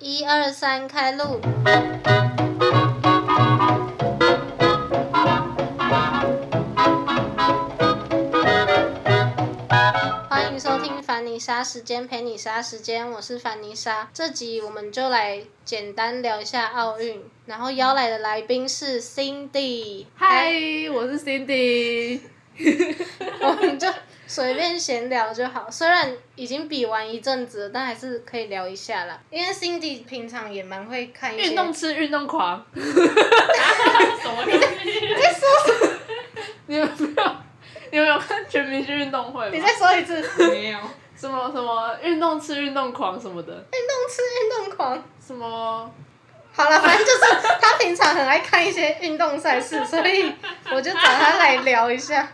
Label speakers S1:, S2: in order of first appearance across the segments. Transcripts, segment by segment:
S1: 一二三，开录。欢迎收听凡妮莎时间陪你莎时间，我是凡妮莎。这集我们就来简单聊一下奥运，然后邀来的来宾是 Cindy。哎
S2: 嗨，我是 Cindy。
S1: 我们就随便闲聊就好。虽然已经比完一阵子了，但还是可以聊一下啦。因为 Cindy 平常也蛮会看一些
S2: 运动痴，运动狂。
S3: 什么 东西？
S2: 你有没有？你有没有看全明星运动会
S1: 你
S2: 吗
S1: 再？说一次，运动痴，
S3: 没有。
S2: 什么什么运动痴，运动狂什么的，
S1: 运动狂。
S2: 什么
S1: 好了，反正就是他平常很爱看一些运动赛 事，所以我就找他来聊一下。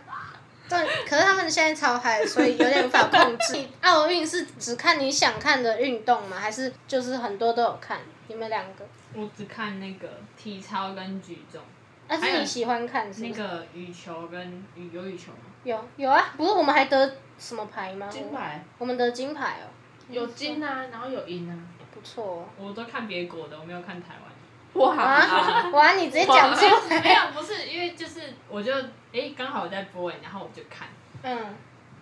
S1: 但可是他们现在超嗨，所以有点无法控制。 你奥运是只看你想看的运动吗？还是就是很多都有看？你们两个，
S3: 我只看那个体操跟举重，
S1: 但
S3: 还
S1: 是
S3: 有
S1: 你喜欢看是不
S3: 那
S1: 是？
S3: 个羽球跟羽有羽球吗？
S1: 有有啊，不是我们还得什么牌吗？
S3: 金牌。
S1: 我们得金牌哦，
S3: 有金啊，然后有银啊。
S1: 不错哦。
S3: 我都看别国的，我没有看台湾。
S2: 哇？
S1: 啊，哇，你直接讲出
S3: 没
S1: 来。
S3: 有，啊不是因为就是我就哎刚、好我在播然后我就看，
S1: 嗯，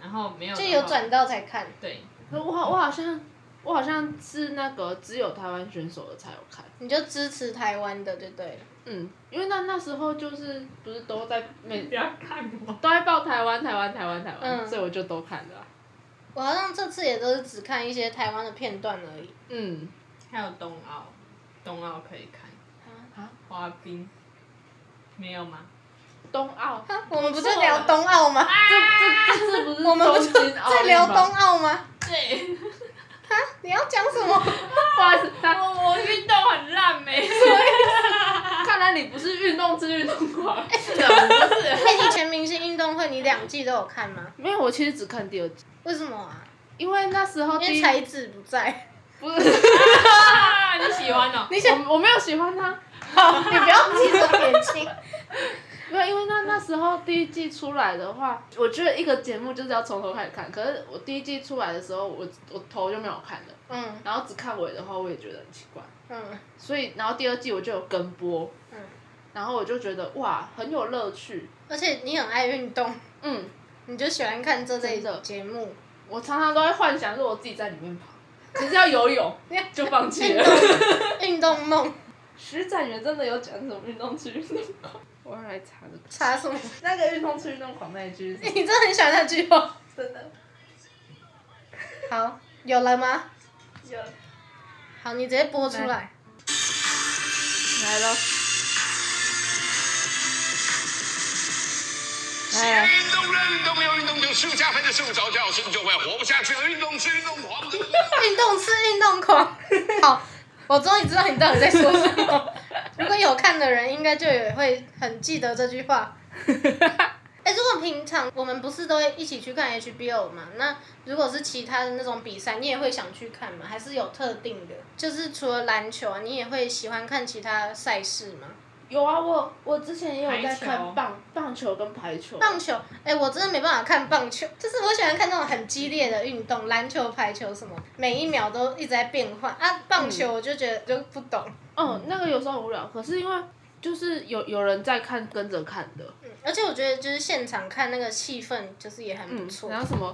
S3: 然后没有
S1: 就
S3: 的
S1: 有
S3: 话
S1: 转到才看。
S3: 对，
S2: 我好我好像我好像是那个只有台湾选手的才有看。
S1: 你就支持台湾的就对了。
S2: 嗯，因为那那时候就是不是都在每
S3: 不要看我。
S2: 都在报台湾台湾台湾台湾，
S1: 嗯
S2: 所以我就都看了啊、
S1: 我好像这次也都是只看一些台湾的片段而已。
S2: 嗯，
S3: 还有冬奥，冬奥可以看
S2: 啊
S3: 滑冰，没有吗？
S2: 冬 奥，
S1: 啊我们不是聊冬奥吗？
S2: 这这这次不是
S1: 我们不
S2: 东
S1: 是
S2: 京奥
S1: 在
S2: 运
S1: 聊
S2: 吗
S1: 冬奥吗？
S3: 对，
S1: 啊，你要讲什 么？
S2: 不好意思，
S3: 我
S2: 他
S3: 哦我运动很烂 没、
S2: 看来你不是运动之运动狂。
S3: 是啊，我不是。
S1: 哎，你全明星运动会你两季都有看吗？
S2: 没有，我其实只看第二集，
S1: 为什么啊？
S2: 因为那时候
S1: 因
S2: 第
S1: 为
S2: 一
S1: 才子不在。
S2: 不是，
S3: 啊，你喜欢哦？
S1: 你想，
S2: 我我没有喜欢 他，
S1: 你不要记着眼睛。
S2: 没有，因为那那时候第一季出来的话，我觉得一个节目就是要从头开始看。可是我第一季出来的时候，我我头就没有看了，
S1: 嗯
S2: 然后只看尾的话，我也觉得很奇怪。
S1: 嗯
S2: 所以，然后第二季我就有跟播，
S1: 嗯，
S2: 然后我就觉得哇，很有乐趣。
S1: 而且你很爱运动，
S2: 嗯，
S1: 你就喜欢看这类
S2: 真的
S1: 节目。
S2: 我常常都会幻想，是我自己在里面跑，只是要游泳就放弃了。
S1: 运动梦，
S2: 施展员真的有讲什么运动吃运动狂？我要来查的。
S1: 查什么？
S2: 那个运动吃运动狂那一句是什么，
S1: 你真的很喜欢那句话。
S2: 真的
S1: 好，有了吗？
S2: 有
S1: 好，你直接播出来
S2: 来。来了。来了，
S4: 运动人都没有运动就睡不下，非得睡不着觉，睡不就会活不下去了。运动是运动狂。
S1: 运动是运动狂。 好，我终于知道你到底在说什么。如果有看的人，应该就也会很记得这句 话。哎、如果平常我们不是都会一起去看 HBO 嘛？那如果是其他的那种比赛，你也会想去看吗？还是有特定的？就是除了篮球啊，你也会喜欢看其他赛事吗？
S2: 有啊，我我之前也有在
S3: 排球
S2: 看棒棒球跟排球，
S1: 棒球，哎、我真的没办法看棒球，就是我喜欢看那种很激烈的运动，篮球、排球什么，每一秒都一直在变换啊。棒球我就觉得就不懂，
S2: 嗯，那个有时候很无聊，可是因为就是有有人在看，跟着看的，
S1: 嗯而且我觉得就是现场看那个气氛，就是也很不
S2: 嗯，
S1: 错。
S2: 然后什么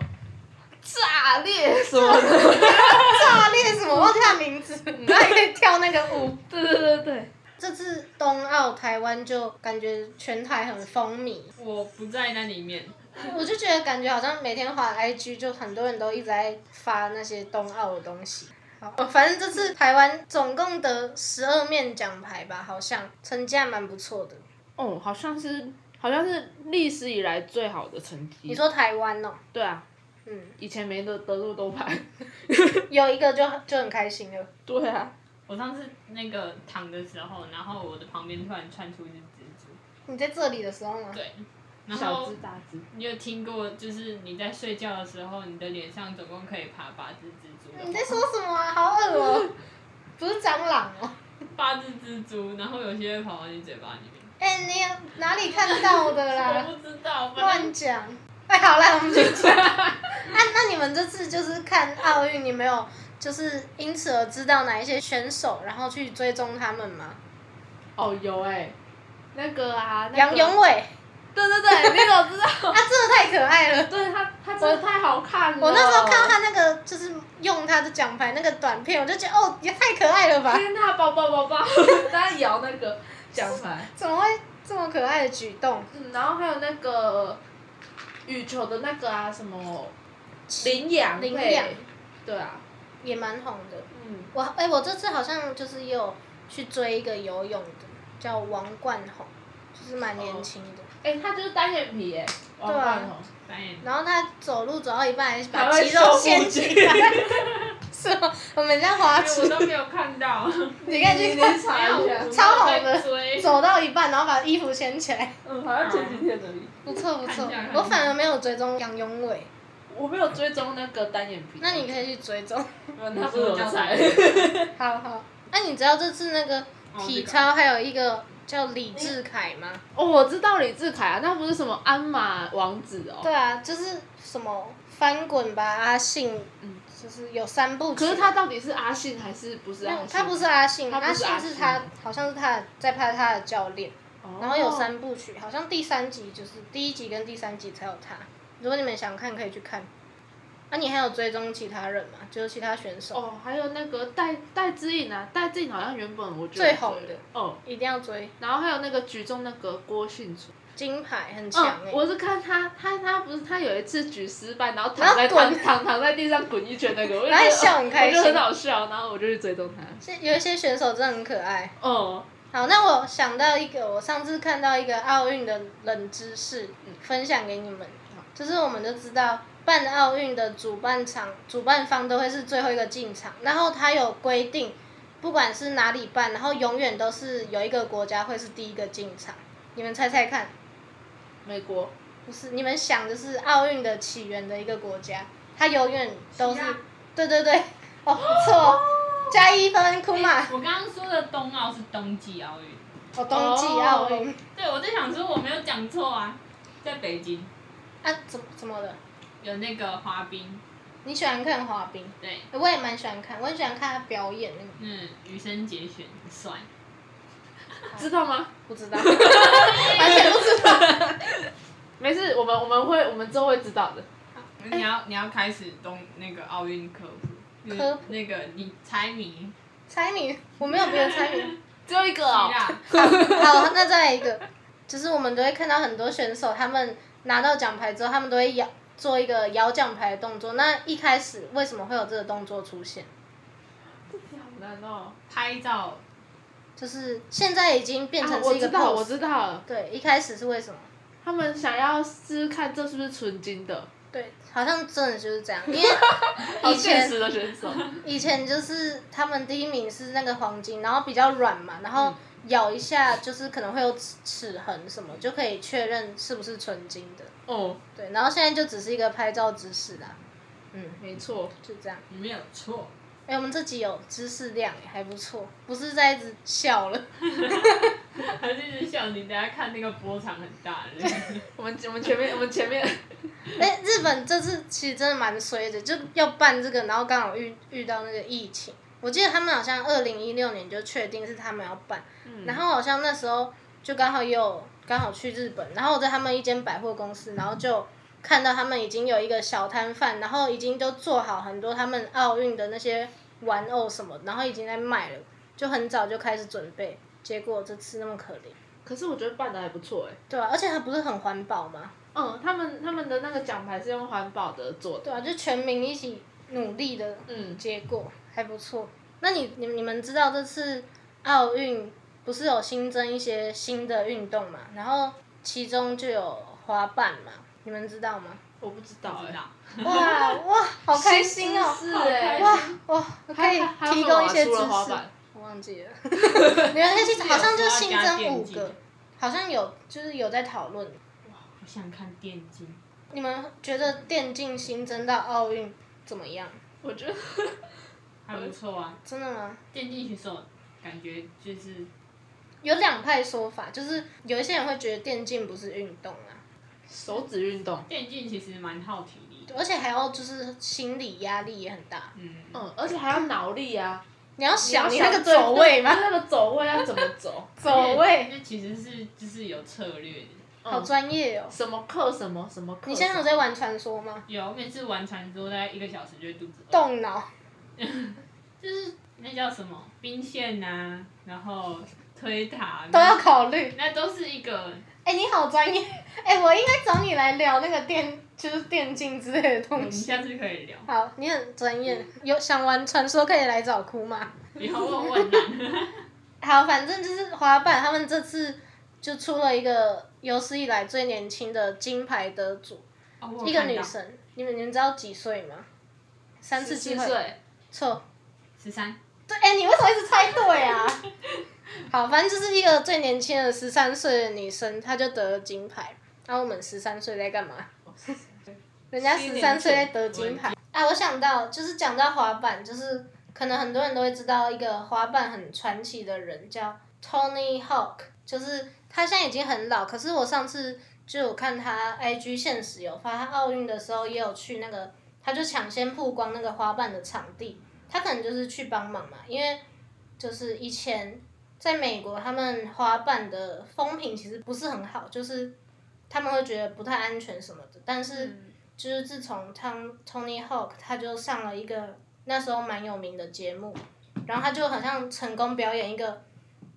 S2: 炸裂什么的，
S1: 炸裂什么？忘记他名字，他也可以跳那个舞。
S2: 对对对对，
S1: 这次冬奥台湾就感觉全台很风靡，
S3: 我不在那里面，
S1: 我就觉得感觉好像每天滑 IG 就很多人都一直在发那些冬奥的东西。好，反正这次台湾总共得十二面奖牌吧，好像成绩还蛮不错的。
S2: 哦，好像是好像是历史以来最好的成绩，
S1: 你说台湾哦，
S2: 对啊，
S1: 嗯，
S2: 以前没得得入都排，
S1: 有一个就就很开心了。
S2: 对啊，
S3: 我上次那个躺的时候，然后我的旁边突然窜出一只蜘蛛，
S1: 你在这里的时候吗？
S3: 对，然
S2: 小
S3: 后
S2: 只大只，
S3: 你有听过，就是你在睡觉的时候，你的脸上总共可以爬八只蜘蛛的
S1: 你
S3: 吗，
S1: 在说什么啊？好恶 哦、不是蟑螂哦、
S3: 八只蜘蛛，然后有些会跑到你嘴巴里面，
S1: 哎、你有哪里看到的 啦？
S3: 我不知道，反
S1: 乱
S3: 正
S1: 讲。哎、好啦，我们去讲。啊，那你们这次就是看奥运，你们有就是因此而知道哪一些选手，然后去追踪他们吗？
S2: 哦，有哎、那个啊，那个、
S1: 杨永伟，
S2: 对对 对，那个我知
S1: 他、
S2: 道，
S1: 啊、真的太可爱了。
S2: 对他他真的太好看了。
S1: 我那时候看到他那个就是用他的奖牌那个短片，我就觉得哦，也太可爱了 吧！
S2: 天呐，宝宝宝 宝，他摇那个奖牌，
S1: 怎么会这么可爱的举动？
S2: 嗯，然后还有那个羽球的那个啊，什么羚羊
S1: 羚
S2: 配
S1: 羊
S2: 对啊，
S1: 也蛮红的。
S2: 嗯，
S1: 我哎、我这次好像就是也有去追一个游泳的，叫王冠宏，就是蛮年轻的。
S2: 哎，他就是单眼皮哎，王
S1: 对啊
S2: 冠宏，
S3: 白眼
S1: 然后他走路走到一半，还是
S2: 还
S1: 把
S2: 会
S1: 肌肉
S2: 收腹
S1: 掀
S2: 肌
S1: 起来。 是吗？我们家滑
S3: 因为我
S1: 池，
S3: 都没有看到，
S1: 你看去
S2: 你
S1: 看
S2: 你，查一下，
S1: 超好
S3: 我
S1: 的
S3: 在追，
S1: 走到一半，然后把衣服掀起来，
S2: 嗯，好像前几天而已。
S1: 不错不错
S3: 看一下看一。下
S1: 我反而没有追踪杨永伟，
S2: 我没有追踪那个单眼皮，
S1: 那你可以去追踪。
S3: 哦
S2: 嗯那不是我猜，
S1: 好好，那你知道这次那个
S3: 哦
S1: 体
S3: 这个
S1: 操还有一个叫李志凯吗？
S2: 哦，我知道李志凯啊，那不是什么鞍马王子哦，
S1: 对啊，就是什么翻滚吧阿信，
S2: 嗯
S1: 就是有三部曲。
S2: 可是他到底是阿信还是不是
S1: 没
S2: 阿
S1: 有
S2: 信？啊
S1: 他不是啊阿信，
S2: 他不是
S1: 信
S2: 阿
S1: 是
S2: 信
S1: 他好像是他的在拍他的教练，
S2: 哦，
S1: 然后有三部曲，好像第三集就是第一集跟第三集才有他。如果你们想看，可以去看。啊，你还有追踪其他人吗？就是其他选手，
S2: 哦，还有那个戴戴之颖啊，戴之颖好像原本我觉得
S1: 最红的
S2: 哦，
S1: 一定要追
S2: 然后还有那个举重那个郭幸存，
S1: 金牌，很强哎、
S2: 嗯，我是看他他他不是他有一次举失败，然后
S1: 然
S2: 躺
S1: 后
S2: 在
S1: 滚
S2: 躺躺躺在地上滚一圈那个，我就
S1: 然后
S2: 觉得
S1: 笑很开心
S2: 我就很好笑，然后我就去追踪他，
S1: 是有一些选手真的很可爱。
S2: 哦，
S1: 好，那我想到一个，我上次看到一个奥运的冷知识，分享给你们
S2: 好。
S1: 就是我们都知道，办奥运的主办场、主办方都会是最后一个进场，然后它有规定，不管是哪里办，然后永远都是有一个国家会是第一个进场。你们猜猜看，
S2: 美国
S1: 不是你们想就是奥运的起源的一个国家，它永远都是
S3: 希腊，
S1: 对对对，哦，不错哦，加一分，库马
S3: 哎， 我刚刚说的冬奥是冬季奥运，
S1: 哦，冬季奥运。
S3: 对我在想说我没有讲错啊，在北京
S1: 啊，怎么怎么了？
S3: 有那个滑冰，
S1: 你喜欢看滑冰？欸
S3: 对，
S1: 我也蛮喜欢看，我很喜欢看他表演那个。
S3: 嗯，羽生结弦很帅，
S2: 知道吗？
S1: 不 知道，完全不知道。
S2: 没事，我们我们会我们之后会知道的。
S3: 你要你要开始冬那个奥运科普，就是
S1: 科普
S3: 那个你猜谜，
S1: 猜谜，我没有别的猜谜。
S2: 只有一个
S3: 希
S2: 哦，
S3: 腊，
S1: 好，那再来一个，就是我们都会看到很多选手，他们拿到奖牌之后，他们都会摇做一个摇奖牌的动作。那一开始为什么会有这个动作出现？
S2: 好难哦。
S3: 拍照
S1: 就是现在已经变
S2: 啊
S1: 成，
S2: 我
S1: 是一
S2: 知
S1: 个 pose、
S2: 道，我知道了，
S1: 对，一开始是为什么？
S2: 他们想要试试看这是不是纯金的，
S1: 对，好像真的就是这样，因为
S2: 好
S1: 以前
S2: 现实的选手。
S1: 以前就是他们第一名是那个黄金，然后比较软嘛，然后咬一下就是可能会有齿齿痕什么，就可以确认是不是纯金的。
S2: 哦，
S1: 对，然后现在就只是一个拍照姿势啦，嗯，
S2: 没错，
S1: 就这样。
S3: 你没有错，
S1: 哎、我们这集有知识量耶，还不错，不是在一直笑了。
S3: 还是一直笑你，等下看那个波长很大的。
S2: 我们我们前面我们前面，
S1: 哎、日本这次其实真的蛮衰的，就要办这个，然后刚好遇遇到那个疫情。我记得他们好像二零一六年就确定是他们要办，嗯然后好像那时候就刚好也有刚好去日本，然后我在他们一间百货公司，然后就看到他们已经有一个小摊贩，然后已经都做好很多他们奥运的那些玩偶什么，然后已经在卖了，就很早就开始准备，结果这次那么可怜，
S2: 可是我觉得办的还不错哎。
S1: 对啊，而且它不是很环保吗？
S2: 嗯，他们他们的那个奖牌是用环保的做的。
S1: 对啊，就全民一起努力的
S2: 嗯，
S1: 结果还不错。那你你你们知道这次奥运不是有新增一些新的运动嘛？然后其中就有滑板嘛，你们知道吗？
S2: 我不知道
S3: 不
S2: 哎
S3: 知道。
S1: 哇哇，好开心哦！
S2: 是
S3: 好开
S2: 哎。
S3: 心
S1: 哇哇，可以
S2: 还还有
S1: 提
S2: 什么
S1: 供
S2: 啊
S1: 一些知
S2: 除了滑
S1: 识。
S2: 板
S1: 我忘记了，你们那些好像就新增五个
S3: 有时候要加电竞，
S1: 好像有就是有在讨论。
S3: 我想看电竞，
S1: 你们觉得电竞新增到奥运怎么样？
S2: 我觉 得
S3: 还不错啊。
S1: 真的吗？
S3: 电竞选手感觉就是
S1: 有两派说法，就是有一些人会觉得电竞不是运动啊，
S2: 手指运动，
S3: 电竞其实蛮耗体力力。
S1: 而且还要就是心理压力也很大，
S3: 嗯，
S2: 嗯，而且还要脑力啊，
S1: 你要想
S2: 你
S1: 你
S2: 要
S1: 那
S2: 想
S1: 个走位
S2: 对
S1: 吗？
S2: 那个走位要怎么 走？
S1: 走位
S3: 那其实是就是有策略的。
S2: 嗯
S1: 好专业哦！
S2: 什么课什么什么课？
S1: 你现在有在玩传说吗？
S3: 有，每次玩传说大概一个小时就会肚子饿。
S1: 动脑，
S3: 就是那叫什么兵线呐、然后推塔啊
S1: 都要，考虑。
S3: 那都是一个
S1: 哎、你好专业！哎、我应该找你来聊那个电，就是电竞之类的
S3: 我
S1: 东
S3: 们
S1: 西。
S3: 下次可以聊，
S1: 好，你很专业，有想玩传说可以来找哭嘛。
S3: 不要问问难。
S1: 好，反正就是滑板，他们这次就出了一个有史以来最年轻的金牌得主，
S3: 哦我 有
S1: 一个
S3: 看
S1: 女
S3: 到
S1: 生。你们你们知道几岁吗？三次机
S2: 七
S1: 会，
S2: 岁，
S1: 错。
S3: 十三，
S1: 对，哎、你为什么一直猜对啊？ 好，反正就是一个最年轻的十三岁的女生，她就得了金牌。那、我们十三岁在干嘛？
S2: 哦
S1: 人家
S2: 七
S1: 十
S2: 年
S1: 三岁在
S2: 前
S1: 得金牌。啊，我想到就是讲到滑板，就是可能很多人都会知道一个滑板很传奇的人叫 Tony Hawk，就是他现在已经很老，可是我上次就有看他 IG 现实有发，他奥运的时候也有去那个，他就抢先曝光那个滑板的场地，他可能就是去帮忙嘛，因为就是以前在美国他们滑板的风评其实不是很好，就是他们会觉得不太安全什么的，但是。就是自从 Tom Tony Hawk 他就上了一个那时候蛮有名的节目，然后他就好像成功表演一个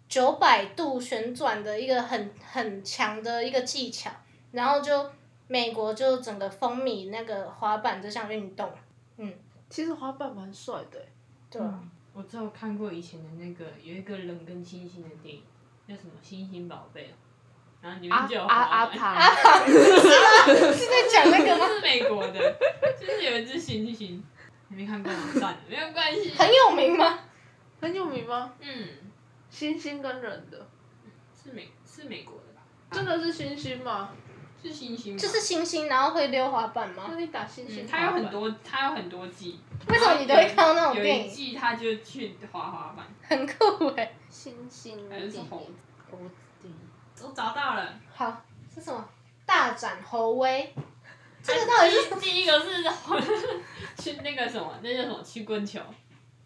S1: 九百度旋转的一个很很强的一个技巧，然后就美国就整个风靡那个滑板这项运动。
S2: 其实滑板蛮帅的欸，
S1: 对啊、
S3: 我只有看过以前的那个有一个人跟星星的电影，叫什么《星星宝贝》，哦然后里面
S2: 阿
S3: 就有
S2: 阿阿
S3: 滑板
S2: 庞，
S1: 是在讲那个
S3: 这
S1: 吗？
S3: 是美国的，就是有一只猩猩，你没看过吗？算了，没有关系。
S1: 很有名吗？
S2: 很有名吗？
S3: 嗯，
S2: 星星跟人的，
S3: 是美是美国的吧？
S2: 真的是星星吗？
S3: 是猩猩吗，
S1: 就是星星，然后会溜滑板吗
S2: 那？你打星星
S3: 嗯，
S2: 滑板，
S3: 它有很多，它有很多季。
S1: 为什么你都会看到那种
S3: 有
S1: 电
S3: 一
S1: 影？
S3: 季他就去滑滑板，
S1: 很酷哎、
S2: 星星
S3: 还
S2: 电
S3: 是
S2: 影，
S3: 猴子？
S2: 猴子电影
S3: 我找到了，
S1: 好，是什么？大展猴威，这个到底是什么？
S3: 第第一个是 去那个什么，那叫什么曲棍球，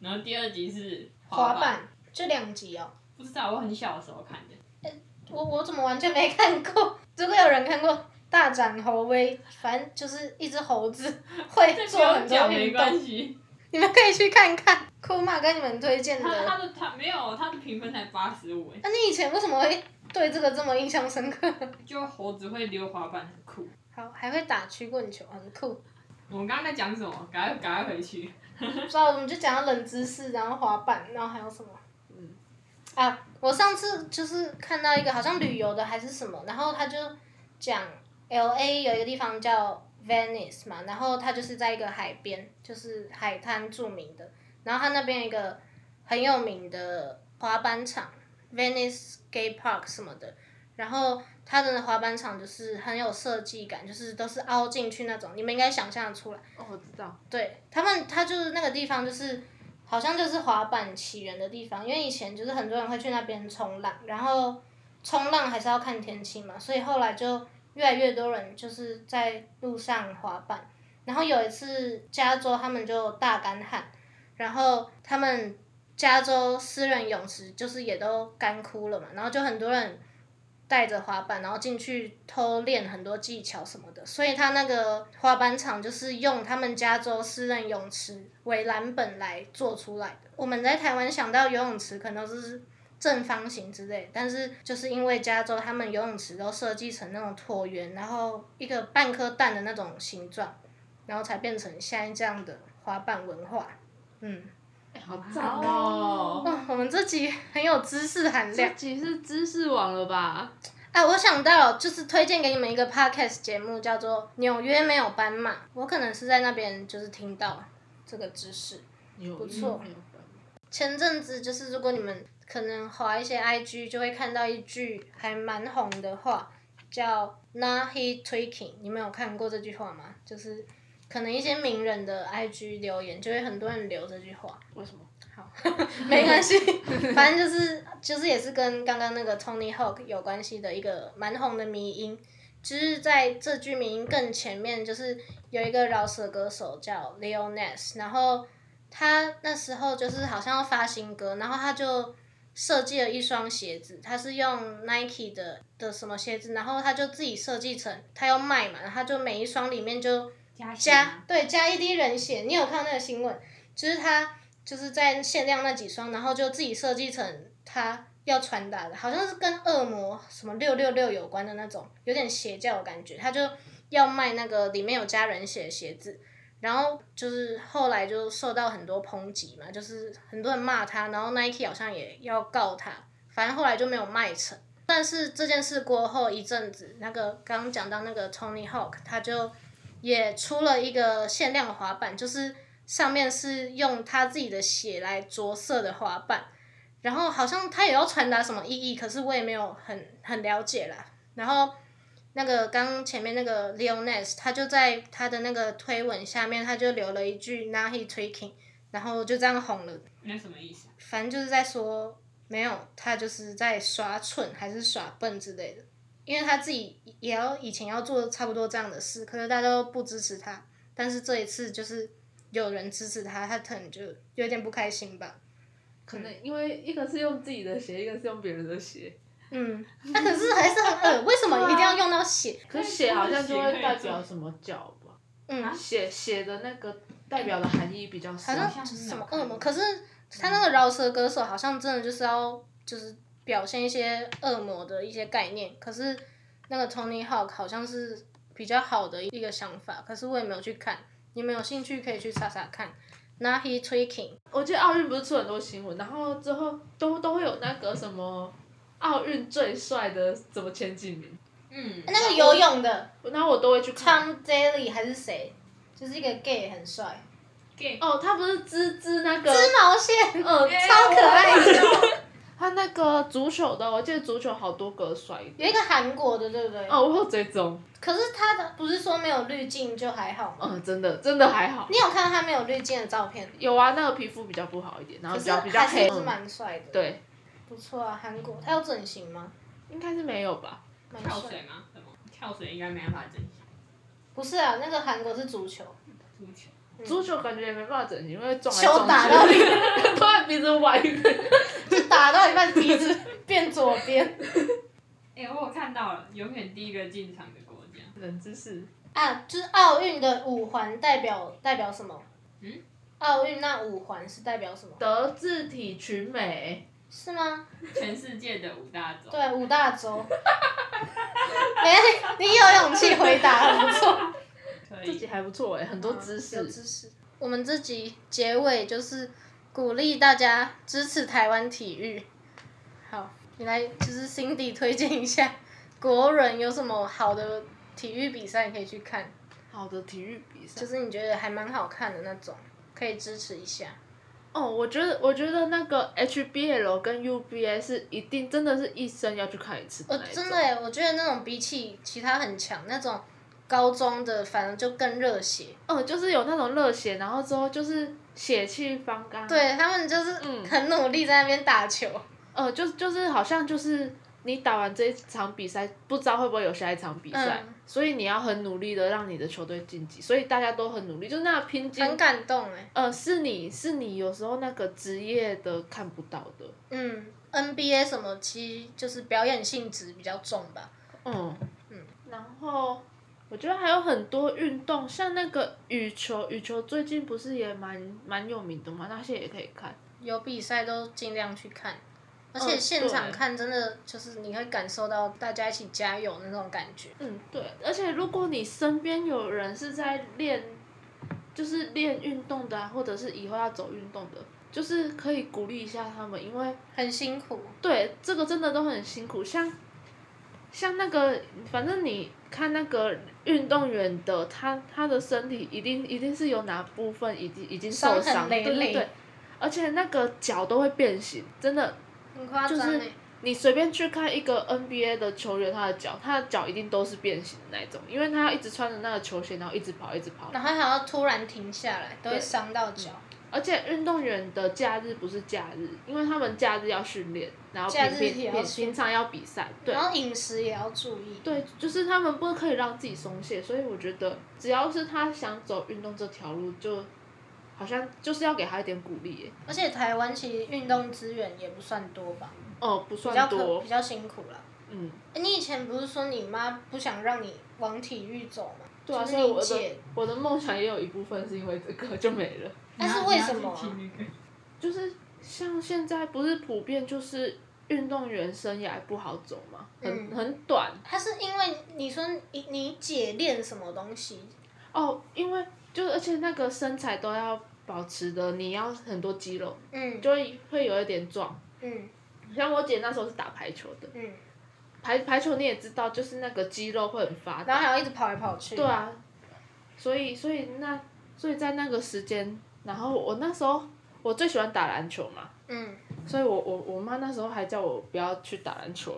S3: 然后第二集是
S1: 滑
S3: 滑
S1: 板，就两集哦。
S3: 不知道我很小的时候看的，
S1: 我我怎么完全没看过？如果有人看过《大展猴威》，反正就是一只猴子会
S3: 这
S1: 做
S3: 跟
S1: 很多
S3: 我讲没
S1: 运
S3: 关
S1: 动，
S3: 系。
S1: 你们可以去看看。库玛跟你们推荐的，
S3: 他他
S1: 那、
S3: 的他没有他的评分才八十五哎，
S1: 你以前为什么会对这个这么印象深刻？
S3: 就猴子会溜滑板很酷。
S1: 好，还会打曲棍球，很酷。
S3: 我们刚刚在讲什么？赶快赶快回去。
S1: 不知道我们就讲到冷知识，然后滑板，然后还有什么？
S2: 嗯
S1: 啊，我上次就是看到一个好像旅游的还是什么，然后他就讲 L A 有一个地方叫 Venice 嘛，然后它就是在一个海边，就是海滩著名的，然后它那边有一个很有名的滑板场 Venice Skate Park 什么的，然后它的滑板场就是很有设计感，就是都是凹进去那种，你们应该想象得出来。
S2: 哦，我知道，
S1: 对他们，他就是那个地方，就是好像就是滑板起源的地方，因为以前就是很多人会去那边冲浪，然后冲浪还是要看天气嘛，所以后来就越来越多人就是在路上滑板。然后有一次，加州他们就大干旱，然后他们加州私人泳池就是也都干枯了嘛，然后就很多人带着滑板，然后进去偷练很多技巧什么的，所以他那个滑板场就是用他们加州私人泳池为蓝本来做出来的。我们在台湾想到游泳池可能都是正方形之类，但是就是因为加州他们游泳池都设计成那种椭圆，然后一个半颗蛋的那种形状，然后才变成现在这样的滑板文化。嗯，
S2: 哎，好赞哦！
S1: 哦，我们这集很有知识含量
S2: 这。集是知识网了吧？
S1: 哎，我想到就是推荐给你们一个 podcast 节目，叫做《纽约没有斑马》，我可能是在那边就是听到这个知识。
S2: 不
S1: 错前阵子就是如果你们可能滑一些 IG，就会看到一句还蛮红的话，叫 “Nahi Tweaking”，你们有看过这句话吗？就是可能一些名人的 IG 留言，就会很多人留这句话。
S2: 为什么？
S1: 没关系，反正就是就是也是跟刚刚那个 Tony Hawk 有关系的一个蛮红的迷音，就是在这句名更前面，就是有一个饶舌歌手叫 Lil Nas，然后他那时候就是好像要发新歌，然后他就设计了一双鞋子，他是用 Nike 的的什么鞋子，然后他就自己设计成，他要卖嘛，然后他就每一双里面就
S3: 加
S1: 加
S3: 加
S1: 对加一滴人血，你有看到那个新闻？就是他就是在限量那几双，然后就自己设计成他要传达的，好像是跟恶魔什么六六六有关的那种，有点邪教的感觉。他就要卖那个里面有加人血的鞋子，然后就是后来就受到很多抨击嘛，就是很多人骂他，然后 Nike 好像也要告他，反正后来就没有卖成。但是这件事过后一阵子，那个刚刚讲到那个 Tony Hawk，他就也出了一个限量的滑板，就是上面是用他自己的血来着色的滑板，然后好像他也要传达什么意义，可是我也没有很很了解啦。然后那个刚前面那个 Leo Nas，他就在他的那个推文下面，他就留了一句 “Now he tweaking”，然后就这样红了。
S3: 那什么意思啊？
S1: 反正就是在说没有，他就是在耍蠢还是耍笨之类的，因为他自己也要以前要做差不多这样的事，可是大家都不支持他，但是这一次就是有人支持他，他可能就有点不开心吧。
S2: 可能因为一个是用自己的鞋，一个是用别人的鞋，
S1: 嗯，那可是还是很恶，为什么一定要用到血？
S2: 可是鞋好像就会代表什么脚吧？
S1: 嗯，
S2: 血血的那个代表的含义比较
S1: 好
S2: 深。
S1: 像什么恶魔，嗯可是他那个饶舌歌手好像真的就是要就是表现一些恶魔的一些概念，可是那个 Tony Hawk 好像是比较好的一个想法，可是我也没有去看，你们有兴趣可以去查查看。Now he tweaking，
S2: 我记得奥运不是出很多新闻，然后之后都都会有那个什么奥运最帅的什么前几名，
S3: 嗯，
S1: 那个游泳的
S2: 然后我都会去看。
S1: Tom Daly 还是谁，就是一个 gay 很帅，
S3: gay
S2: 哦，他不是织织那个，
S1: 织毛线，哦
S2: 呃，
S1: 超可爱的，
S2: 他那个足球的，我记得足球好多个帅的。
S1: 有一个韩国的，对不对？
S2: 哦，我有追踪，
S1: 可是他的不是说没有滤镜就还好吗？
S2: 嗯，真的真的还好。
S1: 你有看到他没有滤镜的照片吗？
S2: 有啊，那个皮肤比较不好一点，然后
S1: 可是
S2: 比较比较
S1: 还
S2: 黑
S1: 是。是
S2: 嗯
S1: 蛮帅的，，
S2: 对，
S1: 不错啊，韩国他有整形吗？
S2: 应该是没有吧？
S1: 蛮
S3: 跳
S1: 帅
S3: 水
S1: 的。
S3: 吗？什么？跳水应该没办法整形，
S1: 不是啊，那个韩国是足球，
S3: 足球。
S2: 足球感觉也没办法整形，因为撞来
S1: 球
S2: 撞
S1: 打到
S2: 去，
S1: 一
S2: 突然鼻子歪。
S1: 就打到一半鼻子 变左边
S3: 哎、我有看到了，永远第一个进场的国家。
S2: 冷知识，
S1: 啊，就是奥运的五环代表代表什么？
S3: 嗯，
S1: 奥运那五环是代表什么？
S2: 德智体群美，
S1: 是吗？
S3: 全世界的五大洲。
S1: 对，啊五大洲。 没，你有勇气回答，很不错。
S3: 可
S2: 自己
S3: 以。
S2: 还不错哎，很多知
S1: 有
S2: 识。
S1: 啊知识。我们这集结尾就是鼓励大家支持台湾体育。好，你来就是 Cindy 推荐一下 国人有什么好的体育比赛你可以去看，
S2: 好的体育比赛，
S1: 就是你觉得还蛮好看的那种，可以支持一下。
S2: 哦，我觉得我觉得那个 HBL 跟 UBA 是一定真的是一生要去看一次的
S1: 我
S2: 那一
S1: 哦
S2: 种。
S1: 真的耶，我觉得那种比起其他很强那种高中的，反而就更热血。哦
S2: 嗯，就是有那种热血，然后之后就是血气方刚。，
S1: 对他们就是
S2: 嗯
S1: 很努力在那边打球。
S2: 呃，就就是好像就是你打完这一场比赛，不知道会不会有下一场比赛，
S1: 嗯
S2: 所以你要很努力的让你的球队晋级，所以大家都很努力，就是那拼劲。
S1: 很感动哎。
S2: 呃，是你是你有时候那个职业的看不到的，
S1: 嗯，NBA 什么其实就是表演性质比较重吧。
S2: 嗯，然后我觉得还有很多运动，像那个羽球，羽球最近不是也蛮蛮有名的嘛，那些也可以看。
S1: 有比赛都尽量去看，而
S2: 嗯
S1: 且现场
S2: 对
S1: 看真的就是你会感受到大家一起加油那种感觉。
S2: 嗯，对，而且如果你身边有人是在练，就是练运动的、啊，或者是以后要走运动的，就是可以鼓励一下他们，因为
S1: 很辛苦，
S2: 对，这个真的都很辛苦。像像那个，反正你看那个运动员的，他他的身体一定一定是有哪部分已经已经受
S1: 伤
S2: 伤，
S1: 痕累
S2: 对对
S1: 累
S2: 对，而且那个脚都会变形，真的。
S1: 很夸张
S2: 就
S1: 哎、
S2: 是你随便去看一个 NBA 的球员，他的脚，他的脚一定都是变形的那一种，因为他要一直穿着那个球鞋，然后一直跑，一直跑。
S1: 然后还要突然停下来，都会
S2: 对
S1: 伤到脚。
S2: 而且运动员的假日不是假日，因为他们假日要训练，然后
S1: 假日
S2: 平
S1: 也
S2: 平
S1: 要
S2: 平
S1: 训哦
S2: 平常要比赛，对
S1: 然后饮食也要注意。
S2: 对，就是他们不可以让自己松懈，所以我觉得只要是他想走运动这条路，就好像就是要给他一点鼓励耶。
S1: 而且台湾其实运动资源也不算多吧，
S2: 哦，不
S1: 比较
S2: 算
S1: 可
S2: 多
S1: 比，较辛苦了。
S2: 嗯，
S1: 诶你以前不是说你妈不想让你往体育走吗？
S2: 对啊，
S1: 就
S2: 所
S1: 是
S2: 以
S1: 你
S2: 我的
S1: 姐，
S2: 我的梦想也有一部分是因为这个就没了。
S1: 但是
S3: 你要
S1: 为什么啊
S3: 你要去听那个
S2: 就是像现在不是普遍就是运动员生涯不好走嘛，很、
S1: 嗯
S2: 很短
S1: 她是因为你说你你姐练什么东西，
S2: 哦，因为就而且那个身材都要保持的，你要很多肌肉，
S1: 嗯，
S2: 就会会有一点壮。
S1: 嗯
S2: 像我姐那时候是打排球的，
S1: 嗯，
S2: 排排球你也知道，就是那个肌肉会很发
S1: 然后
S2: 达，
S1: 还要一直跑来跑去。
S2: 对，啊，所以所以那所以在那个时间，然后我那时候我最喜欢打篮球嘛，
S1: 嗯，
S2: 所以我我我妈那时候还叫我不要去打篮球，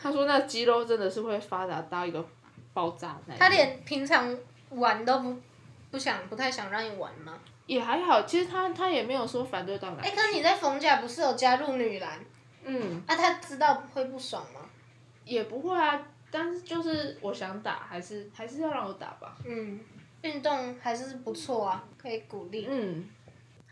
S2: 她说那肌肉真的是会发达到一个爆炸那一种。
S1: 她连平常玩都不不想，不太想让你玩吗？
S2: 也还好，其实她她也没有说反对到哪
S1: 哎、。可是你在逢甲不是有加入女篮
S2: 嗯，
S1: 啊？她知道会不爽吗？
S2: 也不会啊，但是就是我想打，还是还是要让我打吧。
S1: 嗯，运动还是不错啊，可以鼓励。
S2: 嗯，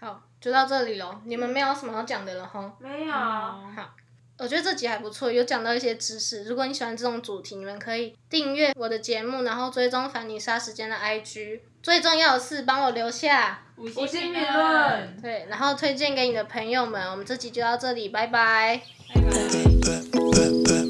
S1: 好，就到这里喽，你们没有什么要讲的了哈。
S2: 没有啊
S3: 好，
S1: 我觉得这集还不错，有讲到一些知识。如果你喜欢这种主题，你们可以订阅我的节目，然后追踪凡妮莎时间的 IG。最重要的是帮我留下，
S3: 五
S2: 五星
S3: 星
S2: 评
S3: 评
S2: 论
S3: 论。
S1: 对，然后推荐给你的朋友们。我们这集就到这里，拜拜。
S3: 拜拜。
S5: but, but,